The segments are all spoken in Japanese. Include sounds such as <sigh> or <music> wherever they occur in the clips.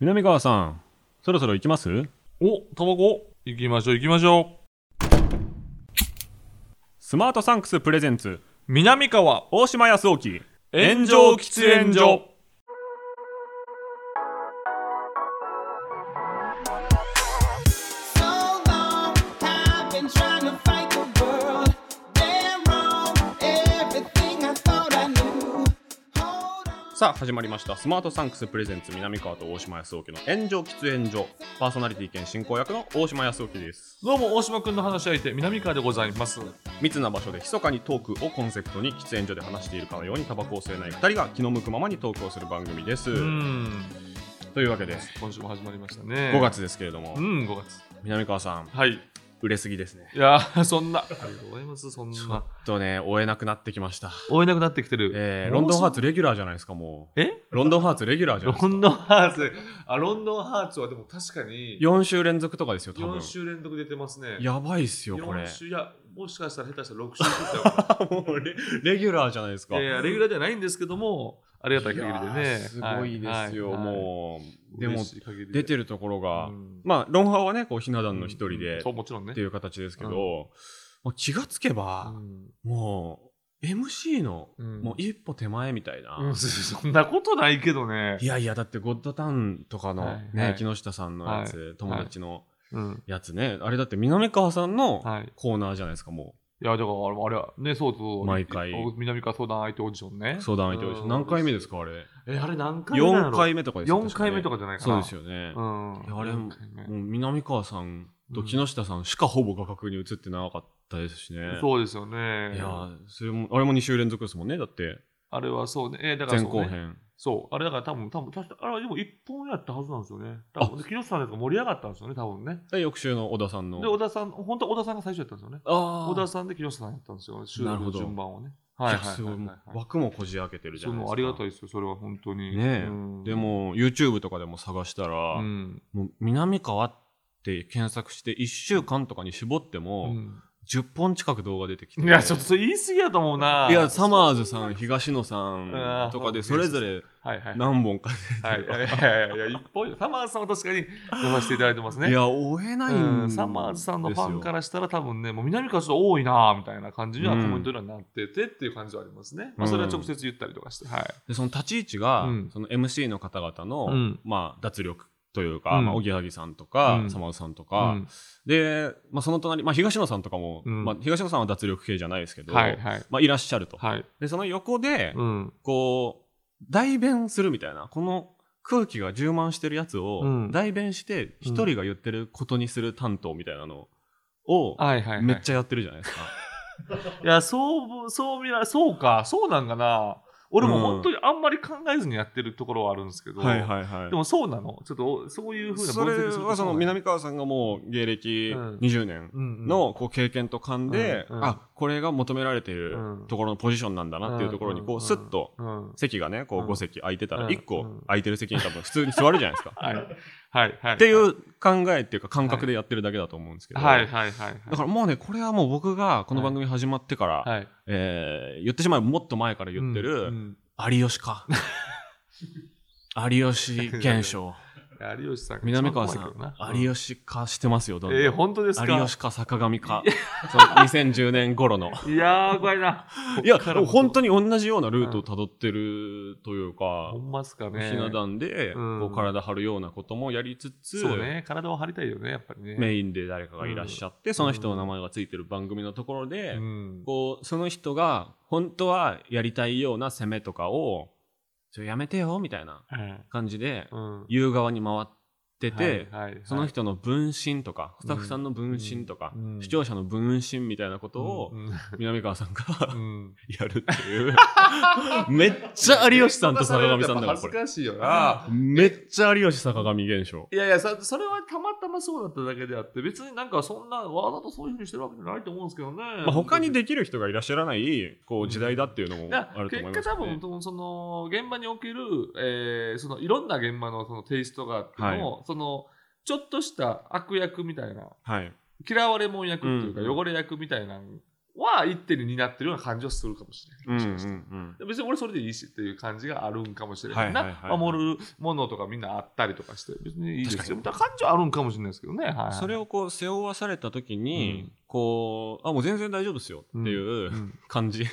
南川さん、そろそろ行きますお、タバコ行きましょう行きましょスマートサンクスプレゼンツ、う。南川、大島康沖、炎上喫煙所。 So long, I've been trying to fight the world. Damn wrong, everything I thought I knew. Hold on. さあ、始まりました。スマートサンクスプレゼンツ、南川と大島康沖の炎上喫煙所。パーソナリティ兼進行役の大島康沖です。どうも、大島くんの話し相手、南川でございます。密な場所で密かにトークをコンセプトに喫煙所で話しているかのようにタバコを吸えない2人が気の向くままにトークをする番組です。うん。というわけで、今週も始まりましたね。 5。月ですけれどもう、ん、5月。南川さん、はい。い売れすぎですね。やー、そんな。ありがとうございます、そんちょなっ。とね、追えなくなってきました。追えなくなってきてる。えー、ロンドンハーツ。ツレギュラーじゃないですか、もう。えロンドンハーツレギュラーじゃロないですか。ンドンハーツ。あ、ロンドンハーツはでも確かに、 4週連続とかですよ、多分4。週連続出てますね。やばいっすよ、これ4。週、いや、もしかしたら下手したら6週出たよこもうレレギュラーじゃない <laughs> ですか。れ。いやいや、レギュラーじゃないんですけども、ありがたい限りでいやね。ーすごいですよ、ははもう。でも、嬉しい限りで出てるところが、うんまあ、ロンハーはね、こう、ひな壇の一人で、そうもちろんねっていう形ですけど、もう気がつけうば、んもう、MC の、うんもう一歩手前みたいな。うんそんなことないけどねいやいや、だって、ゴッドタウンとかの、はいね、はい木下さんのやつ、友達の、うんやつね。あれだって南川さんのはいコーナーじゃないですか、もいやだからあれあれはねそうそう毎回南川相談相手オーディションねう。相談相手多いしうん何回目ですか、あれ。えあれ何回目な4の回目とかですよ4回目とかかじゃないね。かそうなですよね。うもんいやあれ4回目う南川さんと木下さんしかほぼ画角に映ってなかったですしね。そうですよねいやー、それも、あれも2週連続ですもんね。だって、あれはそうねえだから前そうね後編。そうあれだから多分多分確かあれはでも1本やったはずなんですよね多分木下さんのやつが盛り上がったんですよね多分ねで、翌週の小田さんでの小。田さん本当は小田さんが最初やったんですよねあ小田ささんで木下さんやったんですよ収なるほ録ど順番をねん。いはいや、はいはいすはごいいはい枠もこじ開けてるじゃそないですのか。ありがたいですよ、それは本当に。ねえうんで、も、YouTube とかでも探したら、うんもう南川って検索して1週間とかに絞っても、うん10本近く動画出てきていや、ちょっとそれ言い過ぎやと思うな。いやサマーズさん東野さんとかうでんそれぞれはいはい。何本かはい、いやいやいやいや、一方よ。サマーズさんは確かに出させていただいてます出てね。いや追えないうんん、サマーズさんのファンかららしたら多分ね、もう南川ちょっと多いなみたいな感じにはうコんメントにはなっててっていう感じはありますね。まあ、それは直接言ったりとかして。はい。でその立ち位置が、うんその MC の方々の、うんまあ、脱力というか、うんまあ、おぎやはぎさんとか、うんサマーズさんとか、うんで、まあ、その隣、まあ、東野さんとかも、うんまあ、東野さんは脱力系じゃないですけど、はいはい。まあ、いらっしゃると、はい。でその横で、うん。こう代弁するみたいなこの空気が充満してるやつをうん代弁して一人が言ってることにする担当みたいなのをはいはい、はい。めっちゃやってるじゃないですか。いや、そう、そう見ら、そうか、そうなんかな。俺も本当にあんまり考えずにやってるところはあるんですけど、 <laughs> はいはいでもそうなのちょっとおそういうふうなそれ分析するはとそうのな南川さんがもう芸歴うん20年の、のこう経験と勘で、うんうんあこれが求められているうんところのポジションなんだなっていうところにこううんスッとうんうんうん席がねこううん5席空いてたうらん1個うん空いてる席に多分普通に座るじゃないですか。 <laughs> はい、はい、はい。っってい、う考えっていうか感覚でやってるだけだと思うんですけど。はい、はい、はい。だからもうね、これはもう僕がこの番組始まってから、ら、はい、えー言ってしまえばもっと前から言ってうる、ん有吉 <laughs> か。有吉現象。うん有吉さんが南川さ一番怖いんけどな、有吉化してますよ、どんどん。えー、本当ですか有吉か坂上か。その2010年頃 <laughs> の。いやー、怖いな。いや、こっからも本当に同じようなルートをたどってるというかほ、んまっすかね。ひな壇でうんこう体張るようなこともやりつつ、そうね、体を張りたいよね、やっぱりね。メインで誰かがいらっしゃって、その人の名前がついてる番組のところで、うん、こう、その人が本当はやりたいような攻めとかを、ちょ、やめてよ、みたいなはい感じで、うん言う側に回ってて、はいはいはいその人の分身とか、スうんタッフさんの分身とか、うん視聴者の分身みたいなことを、うん南川さんうが <laughs> んやるって <laughs> いう。めっちゃ有吉さんと坂上さんだから、恥こずれ。かしいよな。めっちゃ有吉坂上現象。いやいやそ、それはたまたまそうだっただけであって、別になんかそんなわざとそういうふうにしてるわけじゃないと思うんですけどね。まあ、他にできる人がいらっしゃらないこう時代だっていうのもだあると思います結果よ多分ね。そのその現場における、えーそのいろんな現場のそのテイストがあっての、そのちょっとした悪役みたいなはい。嫌われ者役っていうか、うん汚れ役みたいなのは一手に担ってるような感じはするかもしれうんなうい。んもしかしたうらん。別に俺それでいいしっていう感じがあるんかもしれない。はいはいなはいはい守るものとかみんなあったりとかして、別にいいですよ。確みたいな感じはあるんかもしれないですけどね。はいはい、それをこう背負わされた時に、うんこうあもう全然大丈夫ですよっていううん、感じ、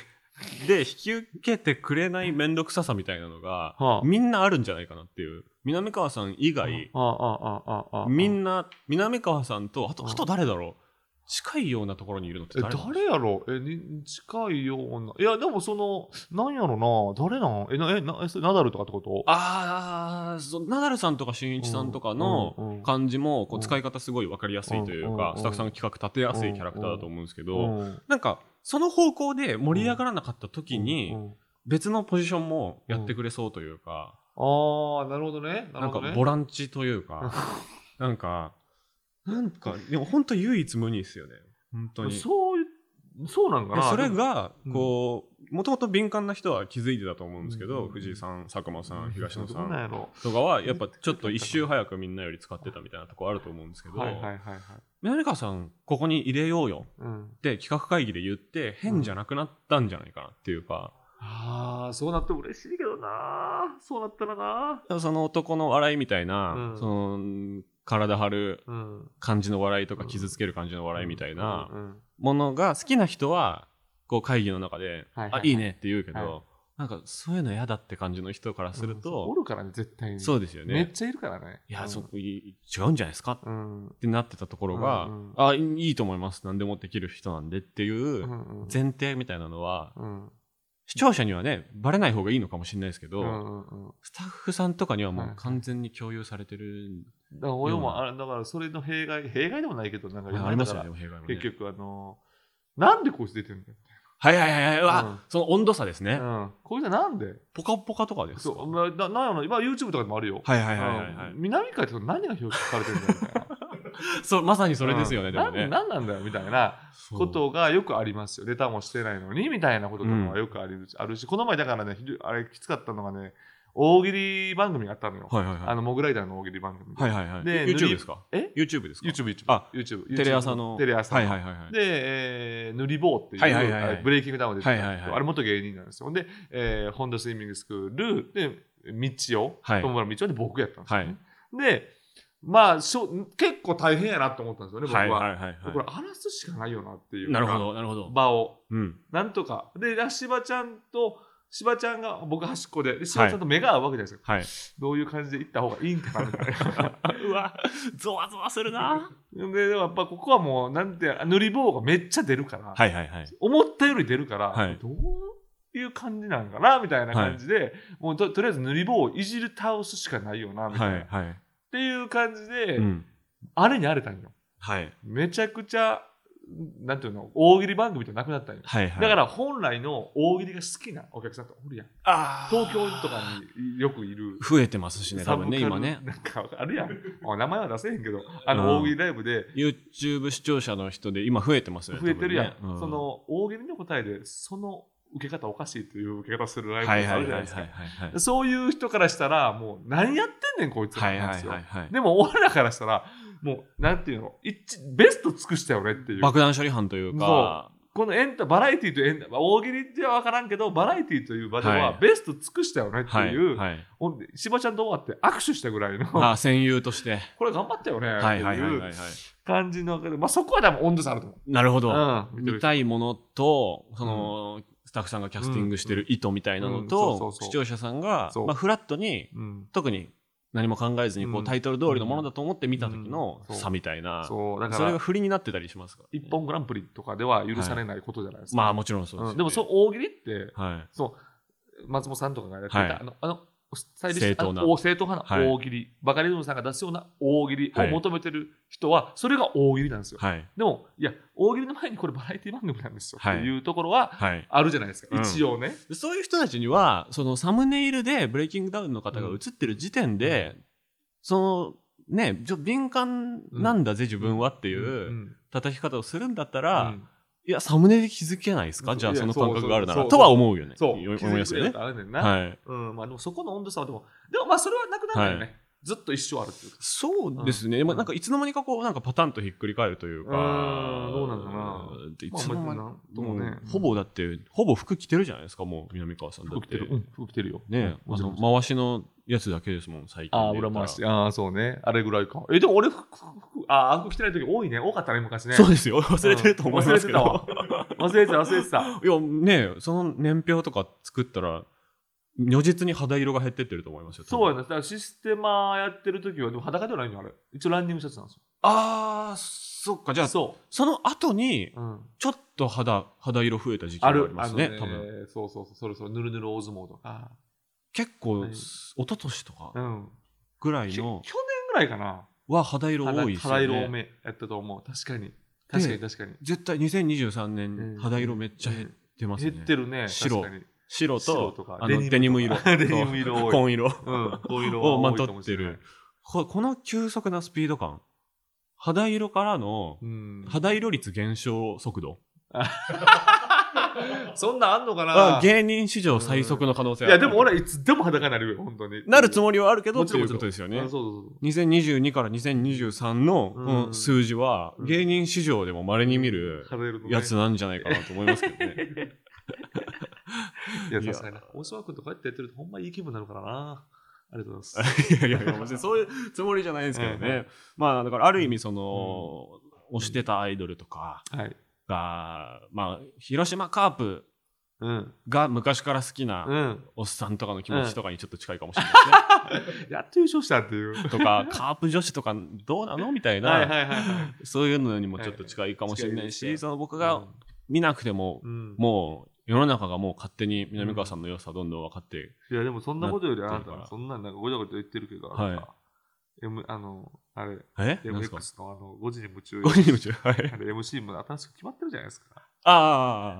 で引き受けてくれない面倒くささみたいなのが、はあみんなあるんじゃないかなっていう南川さん以外、ああああああみんな南川さんとあとうんあと誰だろう近いようなところにいるのってえ誰だ誰やろえに近いようないやでもそのなんやろな誰なんえなえなえそれナダルとかってことああそうナダルさんとかしんいちさんとかのうんうんうん感じもこううん使い方すごい分かりやすいといううんうんかうんスタッフさんの企画立てやすいキャラクターだと思うんですけどうんなんかその方向で盛り上がらなかった時にうん別のポジションもやってくれそうというかああなるほどねななるんかほどねボランチというかなんかなんかでも本当唯一無二ですよね本当に。そういうそうなんかでなそれでもがうんこうもともと敏感な人は気づいてたと思うんですけうんど、うん藤井さん佐久間さん東野さどうなんんやろとかはやっぱちょっと一周早くみんなより使ってたみたいなとこあると思うんですけど、はいはいはいはい南川さんここに入れようようんって企画会議で言って変じゃなくなったんじゃないかなっていうか、ああそうなっても嬉しいけどなそうなったらなその男の笑いみたいな、うんその体張るうん感じの笑いとか傷つける感じの笑いみたいなうんうんものが好きな人はこう会議の中で「はいはいはいあいいね」って言うけど、はなんかそういうの嫌だって感じの人からするおと、るからね絶対にそうですよめっね。ちゃいるからねいや、うんそこい違うんじゃないですかっうんてなってたところが、うんうんあいいいと思います何でもできる人なんでっていううんうん前提みたいなのは、うん視聴者にはねバレない方がいいのかもしれないですけど、うんうんうんスタッフさんとかにはもはいう完全に共有されてる、だから俺うんもあれだからそれの弊害弊害でもないけどなんかありましただよかね弊害もらね結局あのなんでこいつ出てんだよ、はいはいはいはいうわ、うんその温度差ですね、うん、こいつなんでポカポカとかですそかうまあななんやろ今 YouTube とかでもあるよ、はいはいはいはい、はいうん南海って何が表示されてるんだよみたいなそうまさにそれですよね、うんでもねなんなんなんだよみたいなそうことがよくありますよネタもしてないのにみたいなこととかはよくあり、あるしこの前だからねひどいあれきつかったのがね大喜利番組があったのよ、はいはいはいあのモグライダーの大喜利番組、はいはいはいで YouTube ですかえ YouTube ですか YouTube, YouTube, あ YouTube テレ朝のテレ朝のはいはいはいはいで、えー、塗り棒っていう、はいはいはいはいあれブレイキングダウンで出てたんですけど、はいはいはいあれ元芸人なんですよ。で、えー、ホンダスイミングスクール、で、道を、はい友達道夫で僕やったんですよ、はいねで、まあしょ、結構大変やなと思ったんですよね、僕は。はいはいはいこれは荒らすしかないよなっていういなか。るほどなるほど場を。うんなんとか。で、しばちゃんと、しばちゃんが僕端っこで、しばちゃんと目が合うわけじゃないですか。はいどういう感じで行った方がいいんかなみたいな。 <laughs> うわゾワゾワするなで、でもやっぱここはもう、なんて、塗り棒がめっちゃ出るから、はいはいはい思ったより出るから、はいどういう感じなんかなみたいな感じで、もうととりあえず塗り棒をいじる倒すしかないよなみたいな、はいっはいていう感じで、うんあれに荒れたんよはいめちゃくちゃなんていうの大喜利番組じゃなくなったんよ、はいはいだから本来の大喜利が好きなお客さんとおるやんあー東京とかによくいる増えてますしね多分ねサブ今カルねなんかあるやんあ名前は出せへんけどあうんの大喜利ライブで YouTube 視聴者の人で今増えてますよね増えてるやん、多分ねうその大喜利の答えでその受け方おかしいという受け方するライブはいがはあいるはいじゃなはいいですはかいはいでそういう人からしたら、もう何やってんねん、こいつらはいなんはですいよ。はいはいでも、俺らからしたら、もう、なんていうの、一ベスト尽くしたよねっていう。爆弾処理班というかこのエンタ、バラエティとエンタ、まあ大喜利では分からんけど、バラエティという場ではは、いベスト尽くしたよねってはいいう、はいほんで、しばちゃんと終わって握手したぐらいの、あー戦友としてこれ頑張ったよねっはいはいはいていはいうはい感じの、まあ、そこはでも温度差あると思う。なるほど、うん見たいものとその、スタッフさんがキャスティングしてる意図みたいなのうんそうとそうそう視聴者さんがそうまあ、フラットにうん特に何も考えずにこううんタイトル通りのものだと思って見た時のうんそう差みたいな、そそう、だかれがら、振りになってたりしますからね、一本グランプリとかでは許されないことじゃないですか。まあもちろんそうです、うんでも、そう、大喜利って、はい松本さんとかがやってた、はいあのあのスタイリッシュ正当なあのお正当派はない大喜利、バカリズムさんが出すような大喜利をはい求めてる人は、それが大喜利なんですよ。はいでも、いや、大喜利の前にこれバラエティ番組なんですよ、はいっていうところははいあるじゃないですか、うん一応ね。でそういう人たちにはそのサムネイルでブレイキングダウンの方が映ってる時点で、そのねちょ敏感なんだぜ、自分はっていう、ん叩き方をするんだったうら、んいや、サムネで気づけないですかじゃあ、いやその感覚があるなそら。うとは思うよね。そう、よ思いますよ気づいねて。ることあるねんなはい。うんまあ、でもそこの温度差はでも、でもまあそれはなくなるよね、ずっと一生あるっていうか。そうですね、うんまあ、なんかいつの間にかこうなんかパタンとひっくり返るというか、うんどうなんだろうでいつの間にまあまあもうねほぼだってほぼ服着てるじゃないですかもう南川さんだっ服着ててる。うん、服着てるよ。ねうんもあちろのん。回しのやつだけですもん最近ああ、で言裏ったら回して。ああ、そうね。あれぐらいか。え、でも俺服、服、ああ、服着てない時多いね。多かったね、昔ね。そうですよ <laughs> 忘れてると思いますけど、うん忘れてたわ。忘れてた、忘れてた。いやねその年表とか作ったら如実に肌色が減ってってると思いますよそうやねな。だからシステマやってる時は、でも裸ではないのよ、あれ。一応ランニングシャツなんですよ。ああそっかじゃあそその後にう。うん。ちょっと肌肌色増えた時期があありる、まあすのねね多分。そうそうそう。そろそろぬるぬる大相撲とか。結構、はいす一昨年とうかん。ぐらいき去年のぐらいかな。は肌色多いですよ肌色多ねめやったと思う。確かに。確かに確かに。絶対2023うん年肌色めっちゃ減ってますね、減ってるね。白確かに。白と白とかあのデデニニムム色ととか <laughs> デニム色多 <laughs> い紺色 <laughs> うん。こういう色をまは多いとかもっしてれないる。ここの急速なスピード感肌色からのうん。肌色率減少速度そんなんあんのかはな芸人史上最速の可能性いあるや、でも俺、いつでも裸になるよ、本当に。なるつもりはあるけどもっちてろんいもうこちろんとですよねうんそうそう2022から2023のうんこの数字はうん芸人史上でも稀に見るそう。肌色のねやつなんじゃないかなと思いますけ <laughs> どね。いや、いや確かにな。大島君とかやってやってると、ほんまいい気分になるからな。ありがとうございます。いやいやいや、別にそういうつもりじゃないですけどうんうね。まあ、だからある意味、その、推してたアイドルとかはい。が、まあ、広島カープうん。が昔から好きなうん。おっさんとかの気持ちとかにちょっと近いかもしれないやっと優勝したっていう。 <laughs> ですね。とか、カープ女子とかどうなのみたいはいはな、いはい。そういうのにもちょっと近いかもしれないはいはし、いその僕が見なくても、うん、もう世の中がもう勝手に南川さんの良さどんどん分かって、いやでもそんなことよりあななってるからたそんななんかごちゃごちゃ言ってるけど、はいあなた M あのあれえなんですか MX のあの5時に夢中5人に夢中はいあ。れ MC も新しく決まってるじゃないですか <laughs> あ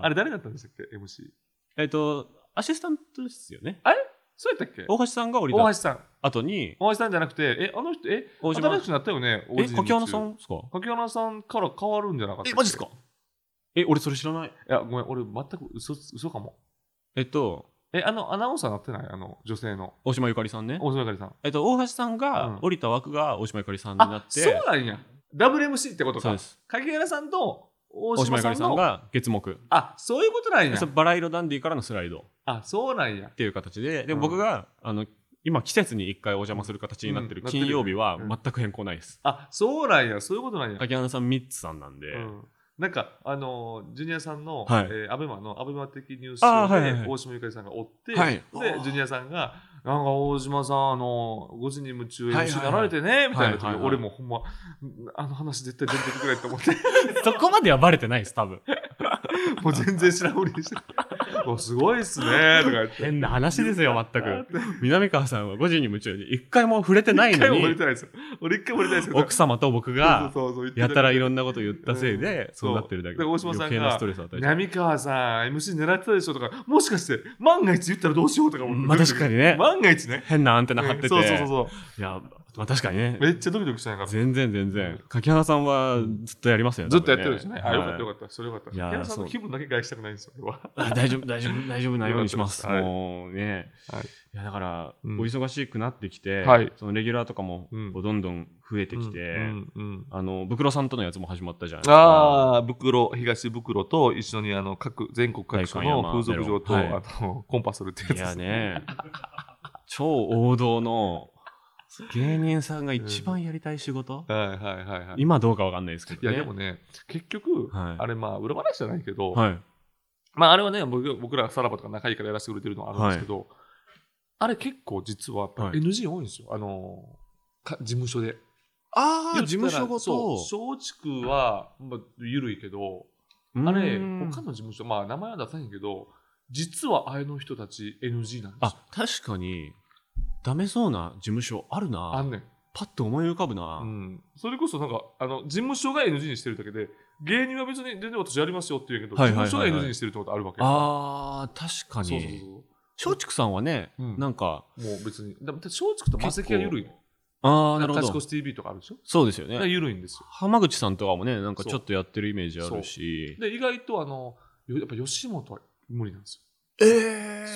あ、あれ誰だったんでしたっけ MC えっと、アシスタントですよね。そうやったっけ大橋さんが降り大た橋さん後に、大橋さんじゃなくてえあの人え大島新しくなったよねえ、柿の花さんですか柿花さんから変わるんじゃなかったっけいえ、俺それ知らない。やごめん俺全く嘘嘘かもえっと、えあのアナウンサーなってないあの女性の大島ゆかりさんね。大島ゆかりさんえっと、大橋さんうんが降りた枠が大島ゆかりさんになあって、そうなんや WMC ってことそうかです。柿原さんと大大島島ゆさかんりのさんが月目。あそういうことなんやそれバラ色ダンディからのスライドっあそうなんやていう形で、で、うん僕が、あの、今季節に一回お邪魔する形になってるうん金曜日はうん全く変更ないです。あそうなんやそういうことなんや、柿花さん、ミッツさんなんで、うん、なんかあのジュニアさんの、はいえーアベマのアベマ的ニュースで、あーはいはいはい大島ゆかりさんが追って、はいでジュニアさんがなんか大島さんあの5時に夢中はいはいはい MC なられてね、みたいな時、はいはいはい俺もほんまあの話絶対出てくれって思ってそこまではバレてないです、多分。もう全然知らんふ <laughs> りして「もうすごいっすね」とか言って変な話ですよ、全く。南川さんは5時に夢中で一回も触れてない一回のも漏れにて、ないですよ俺一回も漏れてないですよ奥様と僕がそうそうそう言ってやたらいろんなこと言ったせいで、そうなってるだけで大島さん余計ながストレスを与えちゃう。浪川さん MC 狙ってたでしょとかもしかして万が一言ったらどうしようとか思って、まあ確かにね万が一ね変なアンテナ張ってて、そうそうそうそいや、まあ確かにねう、めっちゃドキドキしないからず全然全然、柿花さんはずっとやりますよね。っとやってるんですね、あよかったよかっかったそれよかったいやー矢野さんそのう気分だけ害したくないんですよ俺はた。大丈夫、大丈夫、大丈夫なようにします。はいもうね、はいいやだから、うんお忙しくなってきて、はいそのレギュラーとかもうんこうどんどん増えてきて、うんうんうんあの、ブクロさんとのやつも始まったじゃないですか。ああ、袋、東袋と一緒にあの各全国各所の風俗場と、代官山メロンあのコンパするってやついでやすね、超王道の芸人さんが一番やりたい仕事、はいはいはいはい。今どうかわかんないですけどいね。やでもね、結局、はいあれまあ裏話じゃないけど、はい。まあ、あれはね僕、僕らさらばとか仲いいからやらせてくれてるのはあるんですけど、あれ結構実はやっぱはい NG 多いんですよ、あのか事務所で。あ言ったらそう松竹は、まあ、緩いけど、うあれ、ん他の事務所、まあ、名前は出さへんけど、実はあれの人たち NG なんですよ。あ、確かに、ダメそうな事務所あるあな。んねん、パッと思い浮かぶな。うん、それこそなんかあの事務所が NG にしてるだけで芸人は別に全然私やりますよって言うけど、はいはいはいはい事務所が NG にしてるってことあるわけああ、確かそうそうそうに。松竹さんはね、うんなんか、そうもう別にだだって松竹とマセキは緩いああ、なるほ勝ちど越。し TV とかあるでしょそうですよだからね。緩いんですよ浜口さんとかもね、なんかちょっとやってるイメージあるし。で意外とあのよやっぱ吉本は無理なんですええ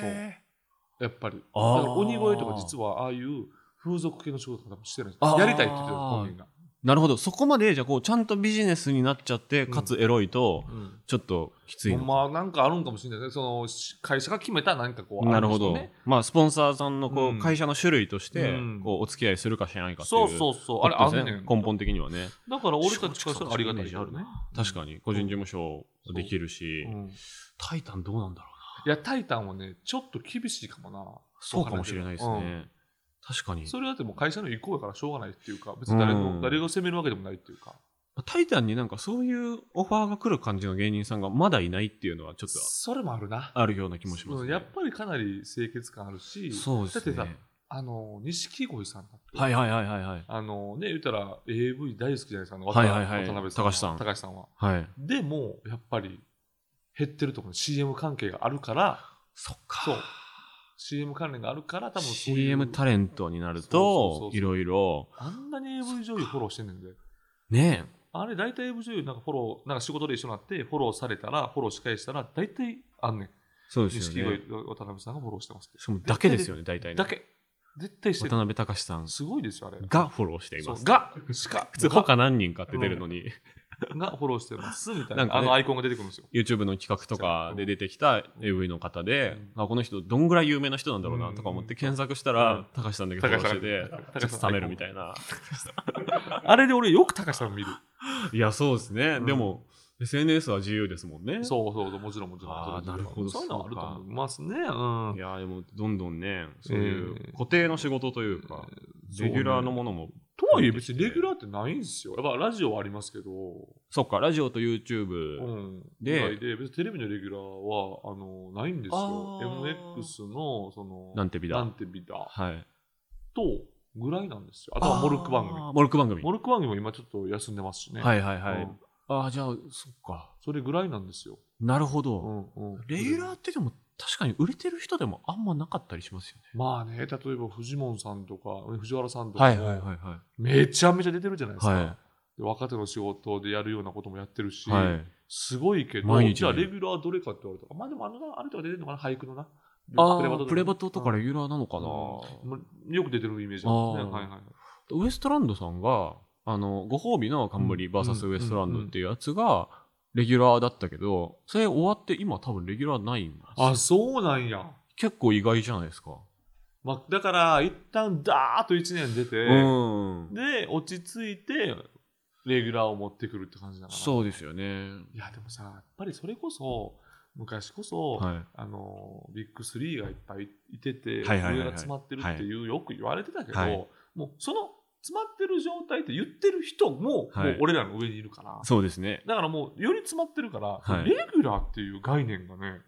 そうやっぱりだあーから鬼越とか実はああいう風俗系の仕事とか多分してるんですあーやりたいって言ってた本人が、なるほど。そこまで、じゃあこう、ちゃんとビジネスになっちゃって、んかつエロいと、ちょっときついほんの。まあなんかあるんかもしれないですねそのし会社が決めた何かこうなるほど。あんでまあ、スポンサーさんのこう、うん会社の種類として、うんこう、お付き合いするかしないかってしいょうう。ねそうそうそうあこれとあですんねねん根本的にはね。だから俺たちからしたらありがたそうそうそうイメいけどージあるねね確かに、個人事務所できるし、うんいタイタンどうなんだろうやタイタンはねちょっと厳しいかもなそうかもしれないですうんね。確かに。それだってもう会社の意向やからしょうがないっていうか別に誰の、うん誰が責めるわけでもないっていうかタイタンになんかそういうオファーが来る感じの芸人さんがまだいないっていうのはちょっとそれもあるなあるような気もしますうんね。やっぱりかなり清潔感あるしそうですね。だってさあの錦鯉さんだってはいはいはいはいはい。あのね言ったら AV 大好きじゃないですかあのはいはいはい渡辺高橋さん高橋さんははい。でもやっぱり減ってるところ CM 関係があるからそっか。そう CM 関連があるから多分そういう CM タレントになるそうそうそとう、そういろいろ、あんなに AV 女優フォローしてんねんでねえあれ大体 AV 女優なんかフォローなんか仕事で一緒になってフォローされたらフォローし返したら大体あんねんそうです錦よ鯉ね。渡辺さんがフォローしてますってしかもだけですよね、大体ね。だけ絶対して渡る辺隆さんすごいですよあれがフォローしていそまうす。がしか普通他何人かって出るのに、がフォローしてますみたないなんかねあのアイコンが出てくるんですよ YouTube の企画とかで出てきた AV の方で、あこの人どんぐらい有名な人なんだろうなとか思って検索したうんら、高橋さんだけフォローしてて高橋さん、ちょっと冷めるみたいな。あれで俺よく高橋さん見るいや、そうですね。うんでも、SNS は自由ですもんね。そうそうそうもちろんもちろんあーそうそなうるほどそういうのはあるとそうか思いますねうんいや、でも、どんどんね、そういえう固定の仕事というか、レギュラーのものも、とはいえ別にレギュラーってないんですよ。やっぱラジオはありますけど、そっか、ラジオとう YouTube。ん、で以外で別にテレビのレギュラーはあのないんですよあ。ー MX のそのなんて美だなんて美だはい。とぐらいなんですよ。あとはモルック番組。あー。モルック番組。モルック番組も今ちょっと休んでますしね。はいはいはういん。ああ、じゃあ、そっか。それぐらいなんですよ。なるほうど。んうん、レギュラーってでも、確かに売れてる人でもあんまなかったりしますよね。まあね、例えばフジモンさんとか藤原さんとか、はいはいはいはめちゃめちゃ出てるじゃないですか。はで若手の仕事でやるようなこともやってるし、い。はい。すごいけど、毎日じゃあレギュラーどれかって言われたら、まあでもあのな、あれとか出てるのかな、俳句のな。ああ、プレバトとかレレギュラーなのかな、よく出てるイメージなんであすね。ーはいはい。ウエストランドさんが、あの、ご褒美の冠 VS うんウエストランドっていうやつが、レギュラーだったけど、それ終わって今多分レギュラーないんですよあ、そうなんや。結構意外じゃないですか。まあ、だから、一旦ダーッと1年出て、うん。で、落ち着いて、レギュラーを持ってくるって感じだから。そうですよね。いや、でもさ、やっぱりそれこそ、昔こそ、はい。あのビッグスリーがいっぱいいてて、はいはいはいはい上が詰まってるっていう、よく言われてたけど、はいもうその詰まってる状態って言ってる人も、はいもう俺らの上にいるから、そうですね。だからもう、より詰まってるから、はいレギュラーっていう概念がね、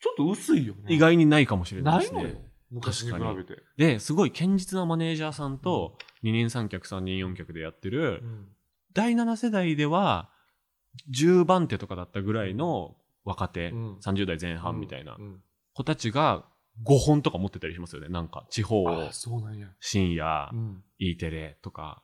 ちょっと薄いよね。意外にないかもしれないなでいすね。のよ、昔に比べて。で、すごい堅実なマネージャーさんと、二人三脚、三人四脚でやってる、うん第7世代では10番手とかだったぐらいの若手、うん30代前半みたいなうん子たちが5本とか持ってたりしますよねなんか地方ああ、そうなんや。深夜うん、 E テレとか、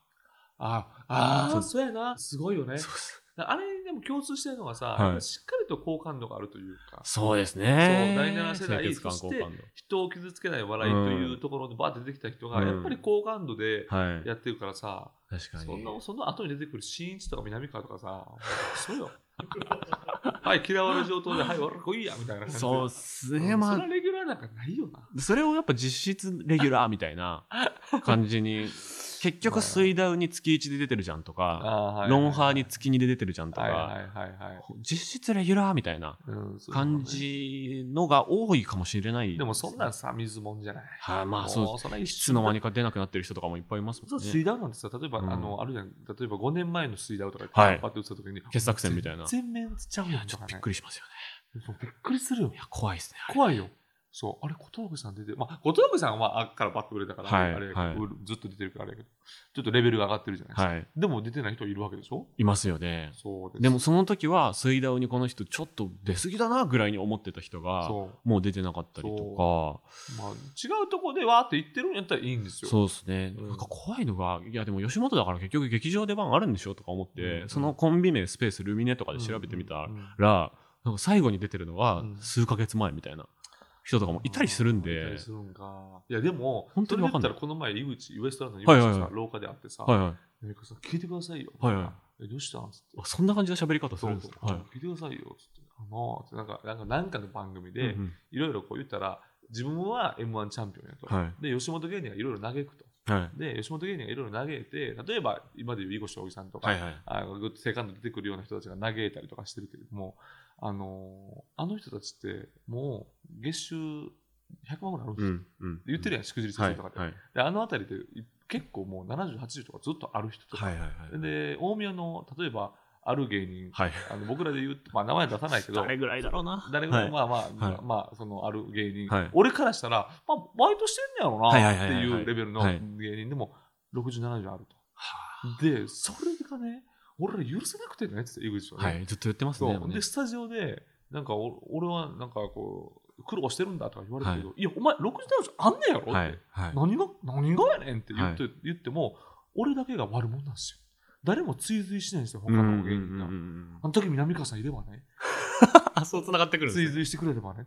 ああそー、うそうやな、すごいよね。そうですあれでも共通してるのがさ、はいやっぱしっかりと好感度があるというか。そうですねそう第七世代清潔感好感人を傷つけない笑いというところでバーって出てきた人が、うんやっぱり好感度で度はいやってるからさ、確かそにんなその後に出てくる新一とか南川とかさ、そうよ。 <laughs> はい、嫌われる上等で、はい、俺らこいいやみたいな感じで。そうっすうんね、そまんなレギュラーなんかないよな。あそれをやっぱ実質レギュラーみたいな感じに <laughs> 結局水ダウに月1で出てるじゃんとか、あロンハーにつ月2で出てるじゃんとか、はいはいはいはい。実質レギュラーみたいなうんそうだね感じのが多いかもしれない。でもそんなんさ、水もんじゃない。はい、まあそうもうそんな一いつの間にか出なくなってる人とかもいっぱいいますそもうんね。水ダウなんてさ、例えば、うんあの、あるじゃん、例えば5年前の水ダウとか、はいパッて打った時に、傑作選みたいな。い全面ちゃうややんちょっとびっり。くりしますよね。そうびっくりするよい。や、怖いですね。怖いよ。そう。あれ、小峠さん出てる。まあ、小峠さんはあっからバッと売れたから、はいあれ、あはいれずっと出てるからあれやけど、ちょっとレベルが上がってるじゃないですか。はい。でも出てない人いるわけでしょいますよね。そうです。でも、その時は、水ダウにこの人ちょっと出過ぎだなぐらいに思ってた人が、そもう出てなかったりとか、う。まあ、違うとこでわーって言ってるんやったらいいんですよ。そうですね。うんなんか怖いのが、いやでも吉本だから結局劇場出番あるんでしょとか思って、うんそのコンビ名スペースルミネとかうんで調べてみたうんら、なんか最後に出てるのはうん数ヶ月前みたいな。人とかもいたりするんいたでりす、るんかいやでも本当にわかんないそれで言ったらこの前井口ウエストランドの井はい口はいさ、はい廊下で会ってさ、はいはい、メイクさん聞いてくださいよ、はいはえどうしたんっつってあそんな感じの喋り方すそるんうでそすうか。はい聞いてくださいよっつってあのーなんかなんかなんかの番組で、うんうんいろいろこう言ったら自分は m 1チャンピオンやと、はで吉本芸人がいろいろ嘆くといはいで吉本芸人がいろいろ嘆いて例えば今でいう囲碁将棋さんとか、はいはいあのグッとセカンド出てくるような人たちが嘆いたりとかしてるけれども、あのーあの人たちってもう月収100うん万ぐらいあるんですよ、うん言ってるややん、しくじりつ先生とかって、はいであの辺りで結構もう70、80とかずっとある人とか、はいはいはいはいで大宮の例えばある芸人、はいあの僕らで言うと、まあ、名前出さないけど、誰ぐらいだろうな誰が、はいまあまあ、はいまあ、そのある芸人、はい俺からしたら、まあ、バイトしてんねやろはいなはっいはいてはいいうレベルのはい芸人でも、60、70あると。はで、それがね、俺ら許せなくてねって言って、井口は、あねはいずっと言ってますそうね。もうねで、スタジオで、なんかお、俺はなんかこう、苦労してるんだとか言われたけど、い、や、お前、60、70あんねやろって、はいはい何が、何がやねんって言って,、は言っても、俺だけが悪者なんですよ。誰も追随しないんですよ、他うんうんのう芸ん人うが。んうんあの時、南川さんいればね、 <laughs> あそう繋がってくるんです追ね随してくれればね、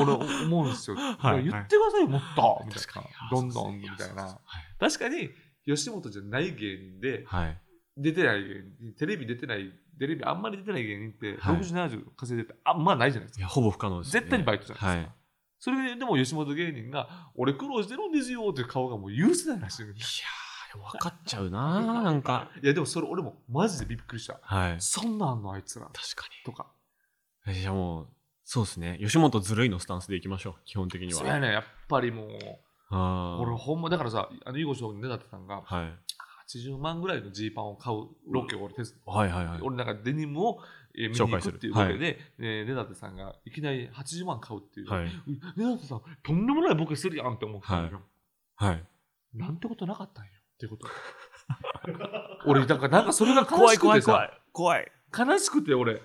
俺思うんですよ。はい言ってくださいよ、もっとみたい確かにな。どんどんみたいな。確かに、吉本じゃない芸人で、はい出てない芸人、テレビ出てない、テレビあんまり出てない芸人って、はい60、70稼いでて、あんまあないじゃないですいか。やほぼ不可能ですよね絶対にバイトじゃないですか。はそれでも吉本芸人が、俺苦労してるんですよっていう顔がもう許せないらしいんいでいすやー分かっちゃうな <laughs> ーなんかよ。いや、でもそれ俺もマジでびっくりした。はいそんなんあんのあいつら。確かとか。にえじゃあもうそうですね吉本ずるいのスタンスでいきましょう基本的にはそうやね、やっぱりもう、あ俺ーほんま、だからさ、あの、囲碁将棋に出たってさんが、はい80万ぐらいのジーパンを買うロケを俺手伝はいはいはい俺なんかデニムをえー見に紹行介くすっるていうわけで、えー根建さんがいきなり80万買うっていう、はいうん根建さんとんでもないボケするやんって思ったんだよ、はいなんてことなかったんよっていうこと <laughs> 俺だからなんかそれが怖い悲しく怖てい怖さい怖い悲しくて俺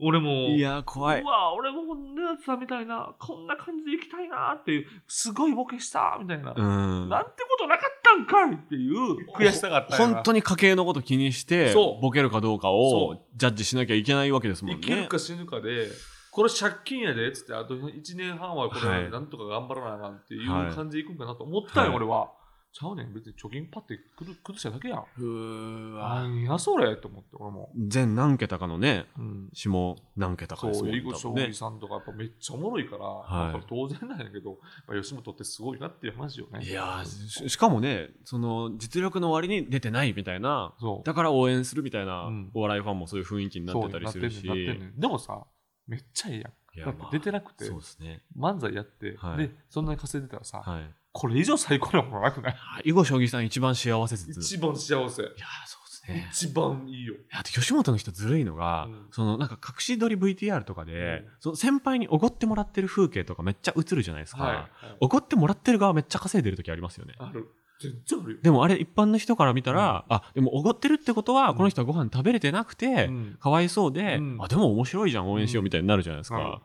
俺もいやー怖いうわ俺も根建さんみたいなこんな感じで行きたいなっていうすごいボケしたみたいな、うんなんてことなかったんかいっていう悔しさがあったんよな本当に家計のこと気にしてそうボケるかどうかそをジャッジしなきゃいけないわけですもん生ねきるか死ぬかで、これ借金やでっつって、あと1年半はこはれ、いなんとか頑張らなあかんっていうはい感じでいくんかなと思ったよ、はい俺は。ちゃうねん、別に貯金パってくる崩しただけやん。うーわなんやそれと思って、俺も。全何桁かのねうん下何桁かそうですもん囲碁将多分棋ねさんとかやっぱめっちゃおもろいから、はいやっぱ当然なんやけど、まあ吉本ってすごいなっていう話よね。いやーししかもねその実力の割に出てないみたいなそうだから応援するみたいな、うんお笑いファンもそういう雰囲気になそっうてたりするしなってんねんなってんねんでもさ、めっちゃええやん。いやだって出てなくてそうですね漫才やって、はいで、そんなに稼いでたらさ、はいこれ以上最高なものなくないあ囲碁将棋さん一番幸せ説一番幸せ。いやーそうですね一番いいよ。あと吉本の人ずるいのが、うんそのなんか隠し撮り VTR とかで、うんその先輩におごってもらってる風景とかめっちゃ映るじゃないですか、はい。おごってもらってる側めっちゃ稼いでる時ありますよねある。全然あるよ。でもあれ一般の人から見たら、あでもおごってるってことはこの人はご飯食べれてなくて、うんかわいそうで、うんあでも面白いじゃん応援しようみたいになるじゃないですか、うんはい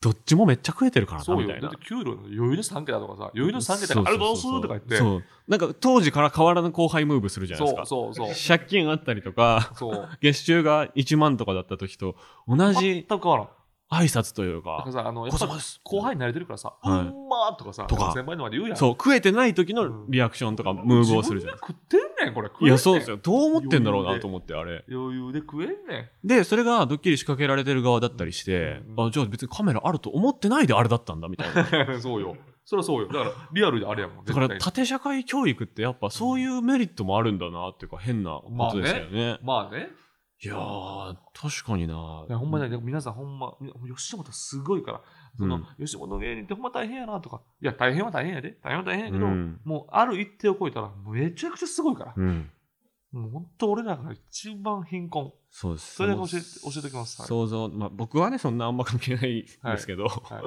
どっちもめっちゃ食えてるからなそうみたよ。いだっなて給料の余裕で3桁とかさ、余裕の3桁があるどうするとか言って。そうそそうなんか当時から変わらぬ後輩ムーブするじゃないですかうそうそう。借金あったりとかそう。月収が1万とかだった時と同全じく変わらん。挨拶というだかからさ、あ「の、やっぱです後輩に慣れてるからさ、うはいんまーとかさ、とか先輩のまで言うやん。そう食えてない時のリアクションとかムーブをするじゃないですか自分で食ってんねん、これ。食えんねんいやそうですよどう思ってんだろうなと思ってあれ余裕で食えんねん。でそれがドッキリ仕掛けられてる側だったりして、うんあじゃあ別にカメラあると思ってないであれだったんだみた <laughs> いなそうよ。そりゃそうよ。だから、リアルであれやもん。だから絶対に縦社会教育ってやっぱそういうメリットもあるんだなっていうか変なことでしたよね,、まあね。いやー確かにないやほんまにね、皆さんほんま、み吉本すごいから、その、うん吉本芸人ってほんま大変やなとか、いや、大変は大変やで、大変は大変やけど、うんもうある一定を超えたら、めちゃくちゃすごいから、うんもう本当俺らが一番貧困。そうですそれだけ教えて教えておきますはい想像、まあ、僕はねそんなあんま関係ないんですけど、 <laughs> はい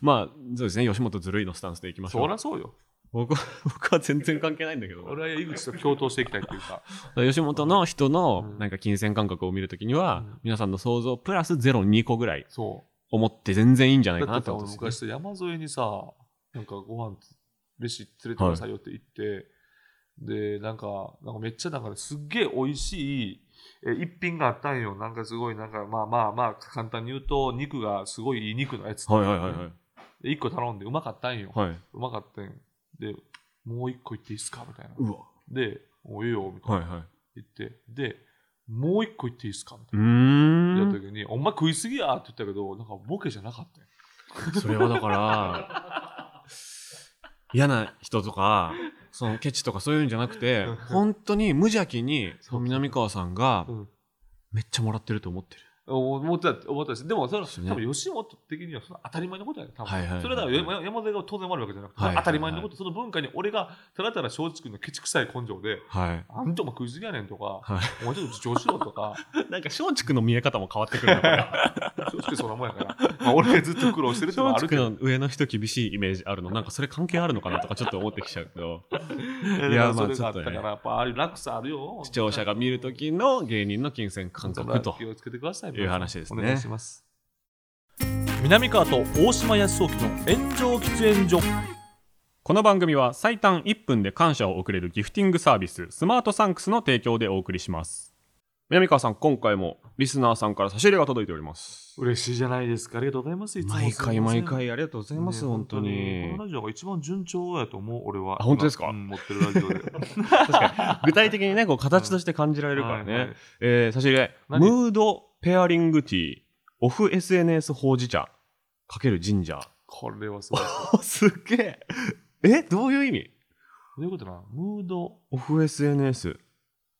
まあそうですね吉本ずるいのスタンスでいきましょそうりゃそう <laughs> よ。僕は僕は全然関係ないんだけど俺は井口と共闘していきたいっていうか、吉本の人うのんなんか金銭感覚を見るときには、うん皆さんの想像プラスゼロ2個ぐらいそ思って全然いいんじゃないう。かだなっっててさ、こと俺です、ね昔さ山沿いにさ、なんかご飯、飯連れてくださいよって言って、で、なんか、なんかめっちゃなんかね、すっげえ美味しい、えー一品があったんよ。なんかすごい、なんかまあまあまあ、簡単に言うと、肉がすごいいい肉のやつ。はいはいはいはいで1個頼んでうまかったんよ、はいうまかったんでもう1個いっていいっすかみたいなうわでおうええよみたいなはいはい言ってでもう1個いっていいっすかみたいうな、やったーん時に「お前食いすぎや」って言ったけどなんかボケじゃなかったよそれはだから嫌な人とかそのケチとかそういうんじゃなくてうん本当に無邪気にそう南川さんがうんめっちゃもらってると思ってる思ってた思ってたしでもそれはですね多分吉本的にはその当たり前のことやね多分、はいはいはいはいそれはだから山山添が当然悪いわけじゃなくて、はいはいはい当たり前のことその文化に俺がただただ松竹君のケチくさい根性ではいあんたも食いすぎやねんとか、はお前ちょっと調子ろと <laughs> か、なんか松竹の見え方も変わってくるな正直そんなもんやから、まあ、俺がずっと苦労してるっていうのはあ <laughs> 松る竹けど、の上の人厳しいイメージ <laughs> あるのなんかそれ関係あるのかなとかちょっと思ってき <laughs> ちゃうけど <laughs> いいやそまあれがあっちょたっかとら、ねやっぱああいう落差あるよ。視聴者が見る時の芸人の金銭感覚と気をつけてください。いう話ですねお願いします。南川と大島康沖の炎上喫煙所。この番組は最短1分で感謝を送れるギフティングサービススマートサンクスの提供でお送りします南川さん今回もリスナーさんから差し入れが届いております嬉しいじゃないですか。ありがとうございます。いつも毎すい回ませ毎ん回ありがとうございます、ね本当にこのラジオが一番順調やと思う、俺は。あ本当ですか今うん持ってるラジ <laughs> オで。具体的にねこう形として感じられるからね、はいはいえー差し入れ何ムードペアリングティーオフ SNS ほうじ茶かけるジンジャーこれはすごい。どすっげええどういう意味ういうことなムード。オフ SNS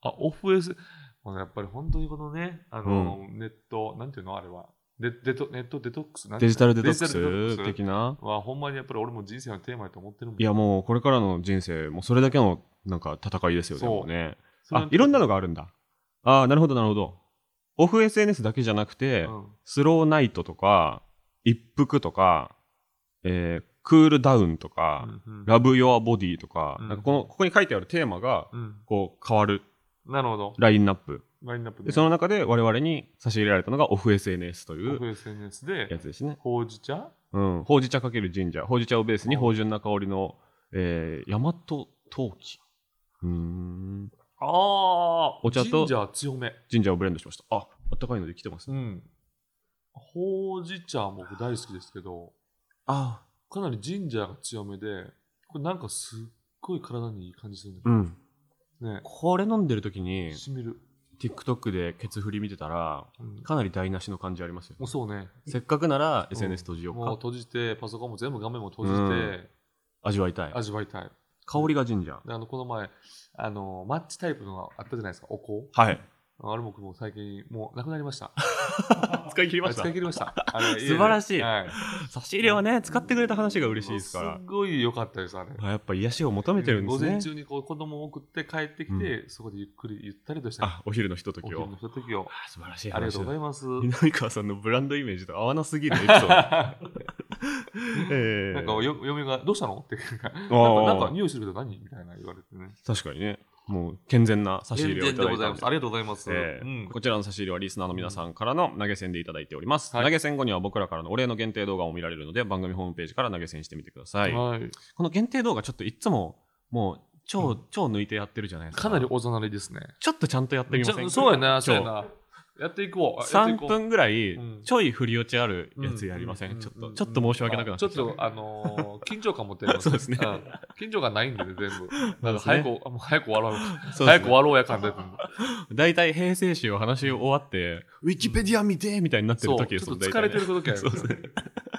あ、オフ S。このやっぱり本当にこのね、あの、ネット、なんていうのあれは。デデトネットデトックスなんてデいうのジタルデトックデジタルデストック的なスはほんまにやっぱり俺も人生のテーマやと思ってるもん。いやもうこれからの人生もうそれだけのなんか戦いですよねそうもうねそれはあいろんなのがあるんだああなるほどなるほどオフ SNS だけじゃなくて、うんスローナイトとか一服とか、えークールダウンとか、うんうんラブ・ヨア・ボディとか,、うんなんかこのここに書いてあるテーマがうんこう変わるなるほど。ラインナップラインナップで。でその中で我々に差し入れられたのがオフ SNS といオフう SNS でや、つですねほうじ茶うん、ほうじ茶かける神社ほうじ茶をベースに芳醇な香りの、えー、大和陶器うーんああお茶とジンジャー強め。神社をブレンドしましたああったかいので来てますうねん。ほうじ茶も僕大好きですけど、あかなりジンジャーが強めで、これなんかすっごい体にいい感じするんだあうんけどね。これ飲んでる時にしみる。 TikTok でケツ振り見てたらうんかなり台無しの感じありますよもうそうね。せっかくなら SNS 閉じようもうか、閉じて、パソコンも全部画面も閉じうんて、味わいたい味わいたい。香りが神社であのこの前、あのマッチタイプのがあったじゃないですか、お香。はいあれも僕も最近、もうなくなりました。使い切りあれ使い切りました。<laughs> あれ素晴らしいはい、差し入れはね使ってくれた話が嬉しいですからもうすごい良かったです、あれ。あやっぱ癒しを求めてるんです午ね前中にこう子供を送って帰ってきて、そこでゆっくりゆったりとしたあお昼のひととおき昼をのひとときを。あ素晴らしい話だありがとうございます。 <laughs> 南川さんのブランドイメージと合わなすぎるエピソード。 <laughs> ええなんかよ嫁が「どうしたの?」 <laughs> ってなんかなんかーなんか匂いするけど何みたいな言われてね。確かにね、もう健全な差し入れをいただいたんでありがとうございます。ええうんこちらの差し入れはリスナーの皆さんからの投げ銭でいただいております、はい投げ銭後には僕らからのお礼の限定動画も見られるので番組ホームページから投げ銭してみてください、はいこの限定動画ちょっといつももう超、うん超抜いてやってるじゃないですかかなりおざなりですね。ちょっとちゃんとやってみませんちょかそうやな、ちそうょやな。やっていこう。あやってい3こう分ぐらいうんちょい振り落ちあるやつやりません、ううちょっうとんちょっと申し訳なくなってちょきったと、あのー緊張感持って <laughs> るそうですね緊張感ないんでね、全部。そうですね早く、もう早く終わろう。そうで早すくね終わろうや感出てる。大体平成史を話し終わって、ウィキペディア見てみたいになってるそう、時ちょでっすともん疲れてる時やそうですね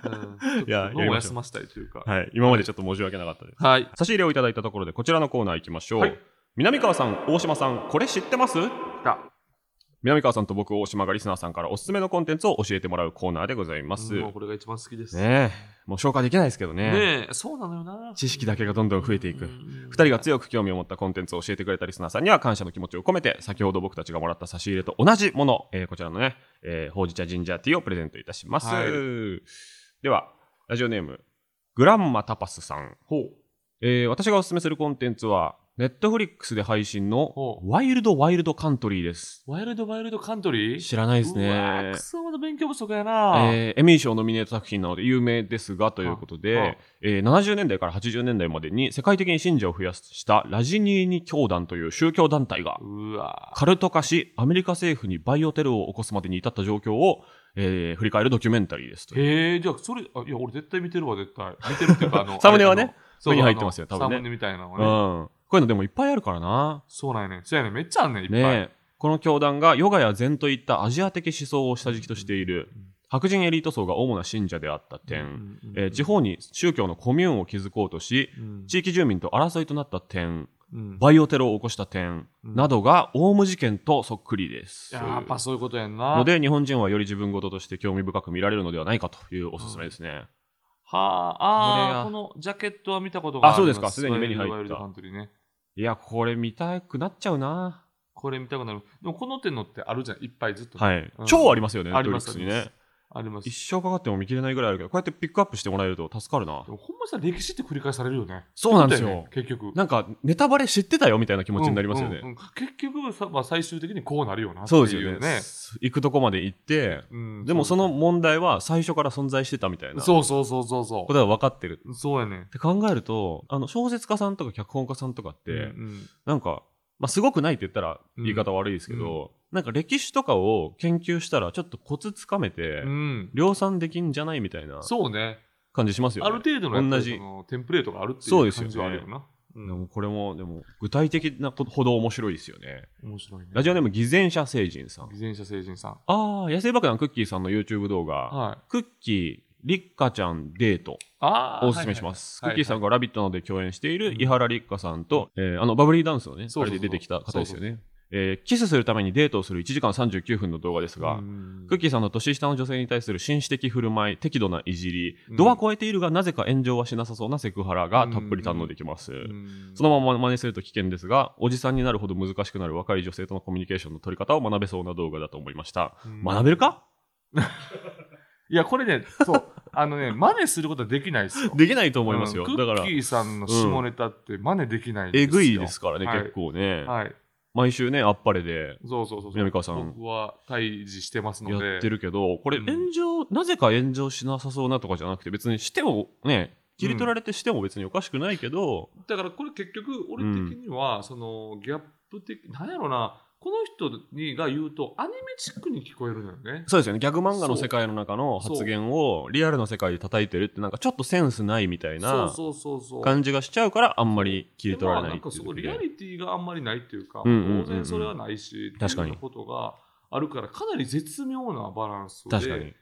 う <laughs> んいや脳やりましょをう休ませたいというか。はい、今までちょっと申し訳なかったです。はい。差し入れをいただいたところで、こちらのコーナー行きましょう。はい南川さん、大島さん、これ知ってますだ南川さんと僕、大島がリスナーさんからおすすめのコンテンツを教えてもらうコーナーでございます。もうねこれが一番好きです。え、もう紹介できないですけどね。ねえそうなのよな。知識だけがどんどん増えていく。 2 2人が強く興味を持ったコンテンツを教えてくれたリスナーさんには感謝の気持ちを込めて先ほど僕たちがもらった差し入れと同じもの、えーこちらのね、えーほうじ茶ジンジャーティーをプレゼントいたします、はいではラジオネームグランマタパスさん、えー私がおすすめするコンテンツはネットフリックスで配信のほワイルドワイルドカントリーです。ワイルドワイルドカントリー知らないですうわーねく。そまだ勉強不足やな、えーエミー賞ノミネート作品なので有名ですがということああで、えー70年代から80年代までに世界的に信者を増やしたラジニーニ教団という宗教団体がうわカルト化しアメリカ政府にバイオテロを起こすまでに至った状況を、えー振り返るドキュメンタリーですというへえじゃあそれあいや俺絶対見てるわ絶対見てるっていうかあの <laughs> サムネはねあれあのそう目に入ってますよ多分ねあのサムネみたいなのうね、ん、こういうのでもいっぱいあるからな。そうなんやねそうやねめっちゃあんねいっぱい、ねえこの教団がヨガや禅といったアジア的思想を下敷きとしている白人エリート層が主な信者であった点、うんえー地、方に宗教のコミューンを築こうとしうん地域住民と争いとなった点うんバイオテロを起こした点うんなどがオウム事件とそっくりです。ややっぱそういうことやんなので日本人はより自分事として興味深く見られるのではないかというおすすめですね。はああーここのジャケットは見たことがありあそうですかすでに目に入ったワイルドワイルドカントリーねいやこれ見たくなっちゃうな。これ見たくなるでもこの手のってあるじゃんいっぱいずっと、はいうん。超ありますよね。あります Netflix にありねま。あります一生かかっても見切れないぐらいあるけどこうやってピックアップしてもらえると助かるなで。もほんまさ歴史って繰り返されるよねそうなんですだねよ。結局なんかネタバレ知ってたよみたいな気持ちになりますよね。うんうんうん結局さ、まあ、最終的にこうなるよなってい、そううね、ですよね。行くとこまで行って、うんでもその問題は最初から存在してたみたいなこそうそうそうそうそとは分かってる。うそうやねって考えると、あの小説家さんとか脚本家さんとかって、うんなんか、まあ、すごくないって言ったら言い方悪いですけど、なんか歴史とかを研究したらちょっとコツつかめて、うんうん量産できんじゃないみたいなそうね感じしますよね。ある程度のやっぱり同じそのテンプレートがあるっていそうでうすよ感ねじはあるよなでもこれも、でも、具体的なことほど面白いですよね。面白いねラジオネーム、偽善者星人さん。偽善者成人さんああ、野生爆弾クッキーさんの YouTube 動画、はいクッキー、リッカちゃんデートあーをおすすめします。はいはいクッキーさんが「ラビット!」などで共演しているうん伊原リッカさんと、えーあのバブリーダンスのね、そうそうあそうれで出てきた方ですよね。えーキスするためにデートをする1時間39分の動画ですが、うんクッキーさんの年下の女性に対する紳士的振る舞い、適度ないじりう、ん度は超えているがなぜか炎上はしなさそうなセクハラがたっぷり堪能できます。うんそのまま真似すると危険ですが、おじさんになるほど難しくなる若い女性とのコミュニケーションの取り方を学べそうな動画だと思いました。うん学べるかいやこれねそう <laughs> あのね真似することはできないですよできないと思いますよ。うんだかクらッキ、ーさんの下ネタって真似できないんですえよぐいですからね、はい結構ね。はい毎週ね、あっぱれでそうそうそうそう。南川さん僕は退治してますので。やってるけど、これうん炎上、なぜか炎上しなさそうなとかじゃなくて、別にしてもね、切り取られてしても別におかしくないけど、だからこれ結局、俺的には、そのギャップ的、なんやろな、この人にが言うと、アニメチックに聞こえるのよね。そうですよね、ギャグ漫画の世界の中のそう発言をリアルの世界で叩いてるって、なんかちょっとセンスないみたいなそうそうそうそう。感じがしちゃうから、あんまり切り取られないでまあなってんかいそうこ時リアで。リティがあんまりないっていうか、うんうんうんうん当然それはないし、確かにっていうようなことがあるから、かなり絶妙なバランス確かにで。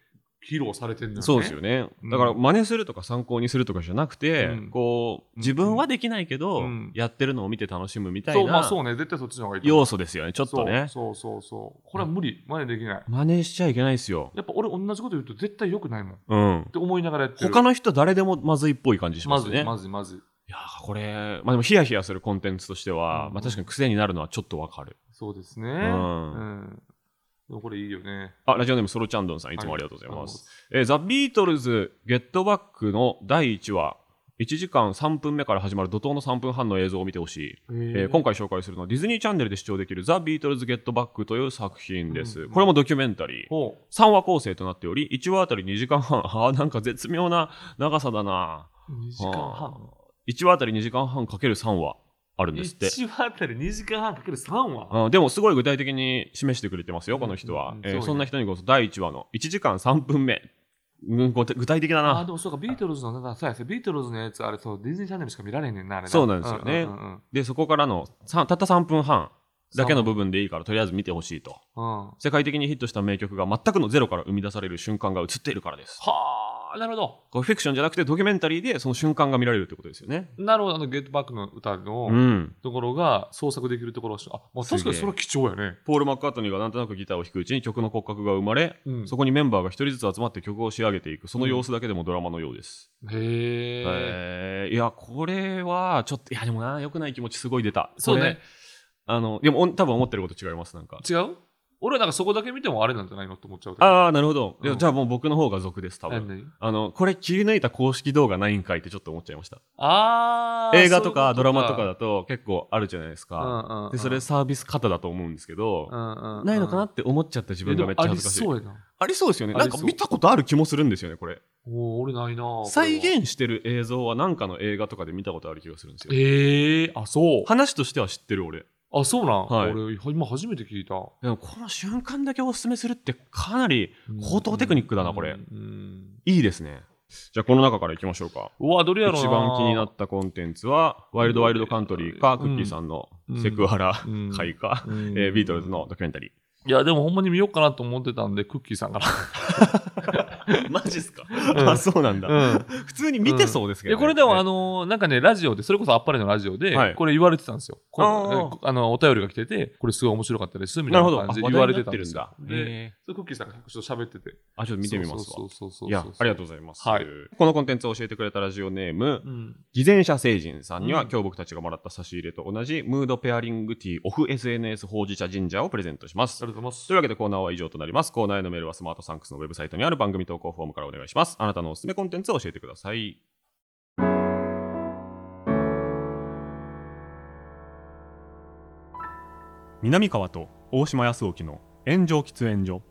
披露されてるんだよね。そうですよね、うんだから真似するとか参考にするとかじゃなくて、うんこう自分はできないけど、うんやってるのを見て楽しむみたそ、いうまあなそうね、絶対そっちの方がいいと思う。要素ですよねちょっとねそうそうそうそう。これは無理、真似できない。真似しちゃいけないですよ、やっぱ俺同じこと言うと絶対良くないもんっうん、て思いながらやってる。他の人誰でもまずいっぽい感じしまますずねまずまず。いやーこれ、まあ、でもヒヤヒヤするコンテンツとしては、うんまあ、確かに癖になるのはちょっとわかるそうですね。うんん。でもこれいいよね。あラジオネームソロチャンドンさんいつもありがとうございます、。えーザ・ビートルズ・ゲットバックの第1話1時間3分目から始まる怒涛の3分半の映像を見てほしいあのええー今回紹介するのはディズニーチャンネルで視聴できる「ザ・ビートルズ・ゲット・バック」という作品です、うんこれもドキュメンタリーほ3話構成となっており1話あたり2時間半あーなんか絶妙な長さだなう。2時間あ半。ー1話あたり2時間半かける3話あるんですって1話あたり2時間半かける3話。あーでもすごい具体的に示してくれてますよこの人は、うんうんえーそうねそんな人にこそ第1話の1時間3分目、うん、ごて具体的だああ、なでもそうか、ビートルズの、なんかそうやそうビートルズのやつ、あれ、そう、ディズニーチャンネルしか見られへんねんな、あれなそうなんですよねうんうんでそこからのさんたった3分半だけの部分でいいからとりあえず見てほしいとうんうん世界的にヒットした名曲が全くのゼロから生み出される瞬間が映っているからですはあ、なるほど。これフィクションじゃなくてドキュメンタリーでその瞬間が見られるってことですよね。なるほど、あの、ゲットバックの歌うのん、ところが創作できるところをしあ、まあ、確かにそれは貴重やね。ポール・マッカートニーがなんとなくギターを弾くうちに曲の骨格が生まれ、うんそこにメンバーが一人ずつ集まって曲を仕上げていくその様子だけでもドラマのようです。へえ。えーいやこれはちょっといやでもな良くない気持ちすごい出たそうねこれあのでもお多分思ってること違いますなんか違う俺はなんかそこだけ見てもあれなんじゃないのと思っちゃうけど。ああ、なるほど、いやうんじゃあもう僕の方が俗です、多あ分。あの、これ切り抜いた公式動画ないんかいってちょっと思っちゃいました。あー映画とそういかうドこラマとかだと結構あるじゃないですか。うんうんうんで、それサービス型だと思うんですけど、うんうんうんないのかなって思っちゃった自分がめっちゃ恥ずかしい。えでもありそうやな。ありそうですよね。あなんりそうか見たことある気もするんですよね、これ。おー俺ないなぁ再現してる映像はなんかの映画とかで見たことある気がするんですよ。ええあ、そう。話としては知ってる俺。あ、そうなん、はい俺、今初めて聞いた。でもこの瞬間だけお勧めするってかなり高等テクニックだなこれうんうんいいですね。じゃあこの中からいきましょうか。うわ、どれやろうな一番気になったコンテンツは、ワイルドワイルドカントリーか、クッキーさんのセクハラうん会か、うんえービートルズのドキュメンタリ <laughs> いや、でもほんまに見ようかなと思ってたんで、クッキーさんかー。マジっすかんあ、そうなんだ。ら。うん。普通に見てそうですけいやどね、これでも、ねあのーなんかね、ラジオで、それこそあっぱれのラジオで、はいこれ言われてたんですよ。こあーあのお便りが来てて、これすごい面白かったです、みなたるいほなど。あ感じで話言わ題れになったてんてでるんすだよ。。で、へそれクッキーさんがちょっと喋ってて。ーあ、ちょっと見てみますそわう。そうそうそうそう。いや、ありがとうございます。はいこのコンテンツを教えてくれたラジオネーム、うん。偽善者成人さんには、うん今日僕たちがもらった差し入れと同じ、ムードペアリングティーオフ SNS ほうじ茶ジンジャーをプレゼントしますあ。りがとうございます。というわけでコーナーは以上となります。コーナーへのメールはスマートサンクスのウェブサイトにある番組投稿フォームからお願いします。あなたのおすすめコンテンツを教えてください。南川と大島康沖の炎上喫煙所。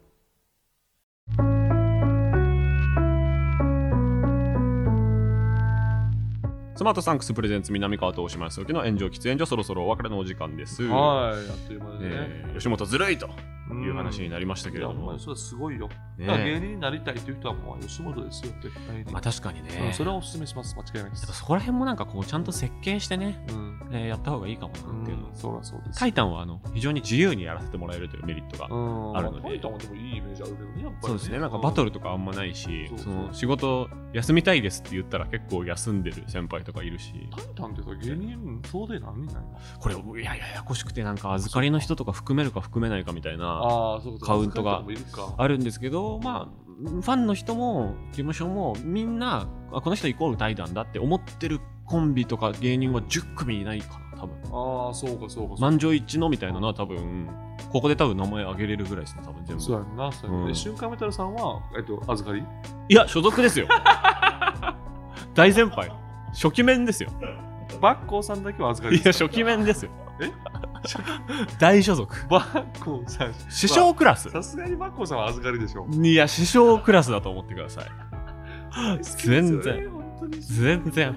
スマートサンクスプレゼンツ南川と大島康沖の炎上喫煙所そろそろお別れのお時間です。はい、あっという間でね。えー吉本ずるいとうんいう話になりましたけれどいやほもんまに、それはすごいよ。ねえだから芸人になりたいという人はもう吉本ですよ、絶対に。まあ確かにうねん、それはお勧めします、間違いないやでっぱす。そこら辺もなんかこうちゃんと設計してね、うん、えーやった方がいいかもうなっていうの、ん、そうだそうです。タイタンはあの非常に自由にやらせてもらえるというメリットが、うん、あるのでまタイタンはでもいいイメージあるけどね、やっぱり、そうですねなんかバトル。ルとかあんまないし、そうそそうの仕事休みたいですって言ったら結構休んでる先輩とかいるしタイタンってさ、芸人総で何人なのこれいやややこしくてなんか預かりの人とか含めるか含めないかみたいなああ、そういうことカウントがそういう人もいるか。あるんですけどまあファンの人も事務所もみんなあこの人イコール対談だって思ってるコンビとか芸人は10組いないかな多分。ああ、そうか、そうか。そうか満場一致のみたいなのは多分ここで多分名前挙げれるぐらいですね多分全そう部やんな、そうやんうな。んで瞬間メタルさんは、えっと、預かりいや所属ですよ <laughs> 大先輩初期面ですよバッコーさんだけは預かいりやです。初期面ですよえ <laughs> 大所属バッコーさん。師匠クラスまあさすがにバッコーさんは預かりでしょ。いや師匠クラスだと思ってください全然。本当に全然。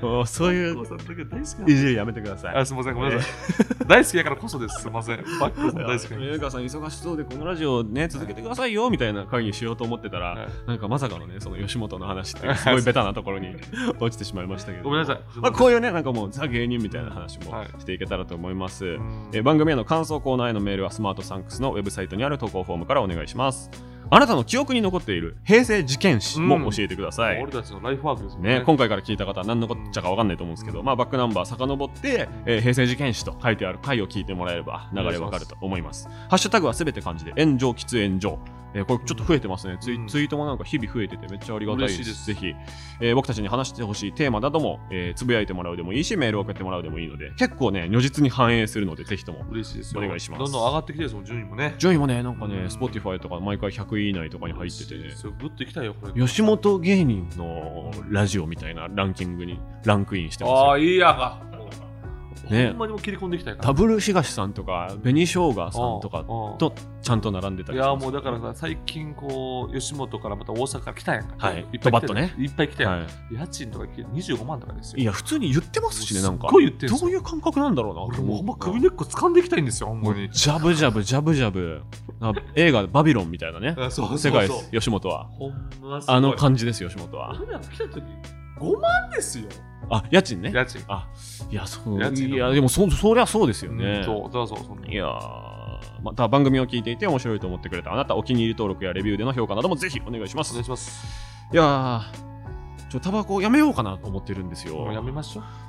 もうそういうさんだけ大好きなんいだじりやめてくださいあ、すみません、ごめんなさい。大好きやからこそです。すみません。バッ <laughs> クさん大好きなんで。ゆうかさん忙しそうでこのラジオね続けてくださいよみたいな会議しようと思ってたら、はいなんかまさかのねその吉本の話 <laughs> っていうすごいベタなところに落ちてしまいましたけどごめんなさい。まあ、こういうね、なんかもうザ芸人みたいな話もはいしていけたらと思います。んえー番組への感想コーナーへのメールはスマートサンクスのウェブサイトにある投稿フォームからお願いします。あなたの記憶に残っている平成事件史も教えてください。俺たちのライフワークですもんね、今回から聞いた方は何のこっちゃか分かんないと思うんですけど、うんまあ、バックナンバー遡って、えー平成事件史と書いてある回を聞いてもらえれば流れ分かると思います。ハッシュタグはすべて漢字で炎上喫煙所。えーこれちょっと増えてますね、ツイうんツイートもなんか日々増えててめっちゃありがたいです嬉しいですぜひ、えー僕たちに話してほしいテーマなども、えーつぶやいてもらうでもいいしメールを送ってもらうでもいいので結構ね如実に反映するのでぜひとも嬉しいですよ。お願いしますどんどん上がってきてるんですもん、順位もね。順位もねなんかうねん Spotify とか毎回100位以内とかに入ってて嬉ねしいですよグッといきたいよ、これ。吉本芸人のラジオみたいなランキングにランクインしてますよああ、いいやんか。ねほんまにもう切り込んでいきたいから。ダブル東さんとか紅生姜さんとかうんとちゃんと並んでたいりしますやもうだからさ最近こう吉本からまた大阪来たやんかはいっぱい来ドバッとたねいっぱい来たやん、は家賃とか25万とかですよい、いや普通に言ってますしねなんかすっごい言ってんすよどういう感覚なんだろうな俺もうほんま首に根っこ掴んでいきたいんですよほんまにジャブジャブジャブジャブあ映画「バビロン」みたいなねあそうそうそ世う界です吉本はほんますごいあの感じです吉本は俺ら来た時5万ですよあ家賃ね家賃あいやそう家賃のいやでもそそりゃそうですよね、うんそうそうそうそんないやーまた番組を聞いていて面白いと思ってくれたあなたお気に入り登録やレビューでの評価などもぜひお願いしまおす願いしますいやーちょタバコをやめようかなと思ってるんですよもうやめましょう